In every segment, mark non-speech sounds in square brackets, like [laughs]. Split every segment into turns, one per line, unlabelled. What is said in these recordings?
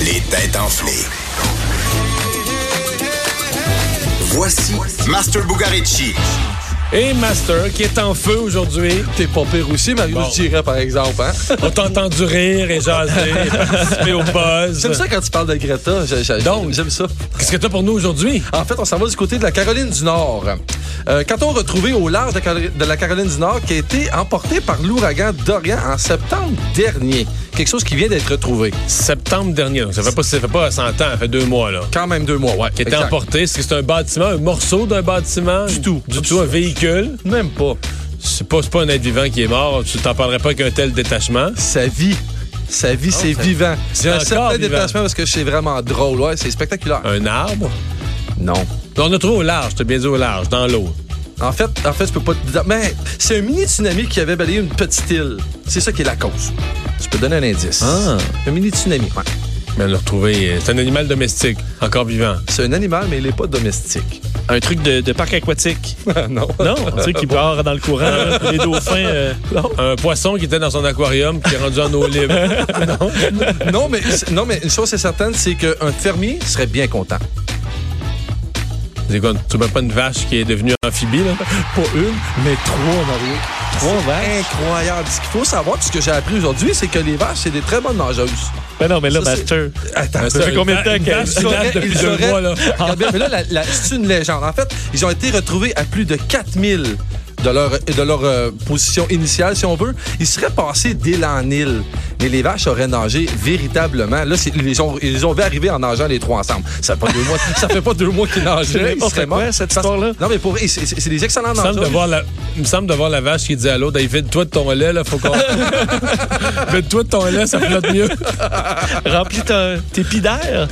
Les têtes enflées. Voici Master Bugarici.
Et Master, qui est en feu aujourd'hui.
T'es pas pire aussi, Mario,
Bon.
je dirais, par exemple.
[laughs]
Hein?
On t'a entendu rire et jaser et participer au buzz.
J'aime ça quand tu parles de Greta. Je- je-
Donc.
j'aime ça.
Qu'est-ce que t'as pour nous aujourd'hui?
En fait, on s'en va du côté de la Caroline du Nord. Euh, quand on retrouvé au large de, Caro- de la Caroline du Nord qui a été emporté par l'ouragan Dorian en septembre dernier. Quelque chose qui vient d'être retrouvé.
Septembre dernier, donc ça fait pas, ça fait pas 100 ans, ça fait deux mois, là.
Quand même deux mois, ouais.
Qui était
exact.
emporté, c'est que c'est un bâtiment, un morceau d'un bâtiment.
Du tout.
Du tout, un véhicule.
Même pas.
C'est pas, c'est pas un être vivant qui est mort, tu t'en parlerais pas avec un tel détachement.
Sa vie. Sa
Ah
vie, c'est vivant.
c'est
J'ai un
encore
certain
vivant.
déplacement parce que c'est vraiment drôle. Ouais, c'est spectaculaire.
Un arbre.
Non.
On a trouvé au large, t'as bien dit au large, dans l'eau.
En fait, en fait, je peux pas te dire. Mais c'est un mini tsunami qui avait balayé une petite île. C'est ça qui est la cause. Je peux donner un indice.
Ah.
Un mini tsunami. ouais.
Mais on l'a retrouvé, euh, c'est un animal domestique, encore vivant.
C'est un animal, mais il n'est pas domestique.
Un truc de, de
[laughs]
parc aquatique.
Ah, non.
Non, un truc qui part dans le courant. là, puis les dauphins. euh,
Un poisson qui était dans son aquarium, qui est rendu en eau
[laughs]
libre.
Non, mais c'est- non, mais une chose est certaine, c'est qu'un fermier serait bien content.
C'est quoi, tu mets pas une vache qui est devenue amphibie, là?
Pas une, mais trois, Mario.
Trois vaches.
Incroyable. Ce qu'il faut savoir, puis ce que j'ai appris aujourd'hui, c'est que les vaches, c'est des très bonnes mangeuses.
Ben non, mais là,
Ça, c'est-
Master.
Euh,
Attends,
Ça fait combien de temps qu'elle-
qu'elle
auraient-
depuis
ils
deux
auraient-
mois, là? Ah,
Regarde bien, mais là, la- la- c'est une légende. En fait, ils ont été retrouvés à plus de 4000 de leur, de leur euh, position initiale, si on veut. Ils seraient passés d'île en île. Mais les vaches auraient nagé véritablement. Là, c'est- ils les ont, ils les ont vu arriver en nageant les trois ensemble. Ça fait pas deux mois, ça fait pas deux mois qu'ils nageaient. Ils
n'importe
seraient morts.
quoi, cette
Parce-
histoire-là.
Non, mais pour vrai, c'est c'est- c'est des excellents
Il me, semble de
nageurs.
voir la... il me semble de voir la vache qui dit à l'autre, Hey, vide-toi de ton lait, là, faut
[laughs]
qu'on. vide-toi de ton lait, ça flotte mieux.
Remplis ton- tes pidaires.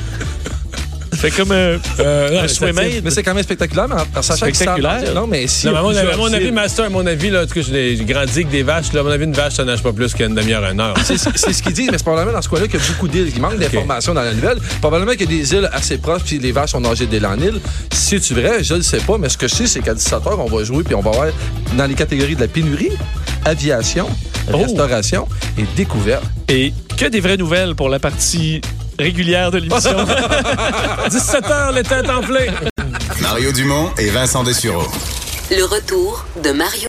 Fait comme un.
Euh, non,
Un
mais ça
swimmer.
tient.
Mais c'est quand même spectaculaire, mais en- en sachant que ça-
Spectaculaire.
Non, mais si.
Non, mais à mon,
plusieurs
à mon avis,
îles-
Master, à mon avis, là, en tout cas, j'ai j'ai grandi avec des vaches, là, à mon avis, une vache, ça nage pas plus qu'une demi-heure, une heure.
C'est c'est ce qu'ils disent, mais c'est probablement dans ce coin-là qu'il y a beaucoup d'îles. Il manque d'informations dans la nouvelle. Probablement qu'il y a des îles assez proches, puis les vaches ont nagé d'île en île. Si tu vrai, je ne sais pas, mais ce que je sais, c'est qu'à 17 h on va jouer, puis on va voir dans les catégories de la pénurie, aviation,
Oh.
restauration et découverte.
Et que des vraies nouvelles pour la partie régulière de
[laughs]
l'émission.
17 heures, les têtes enflées!
Mario Dumont et Vincent Dessureau.
Le retour de Mario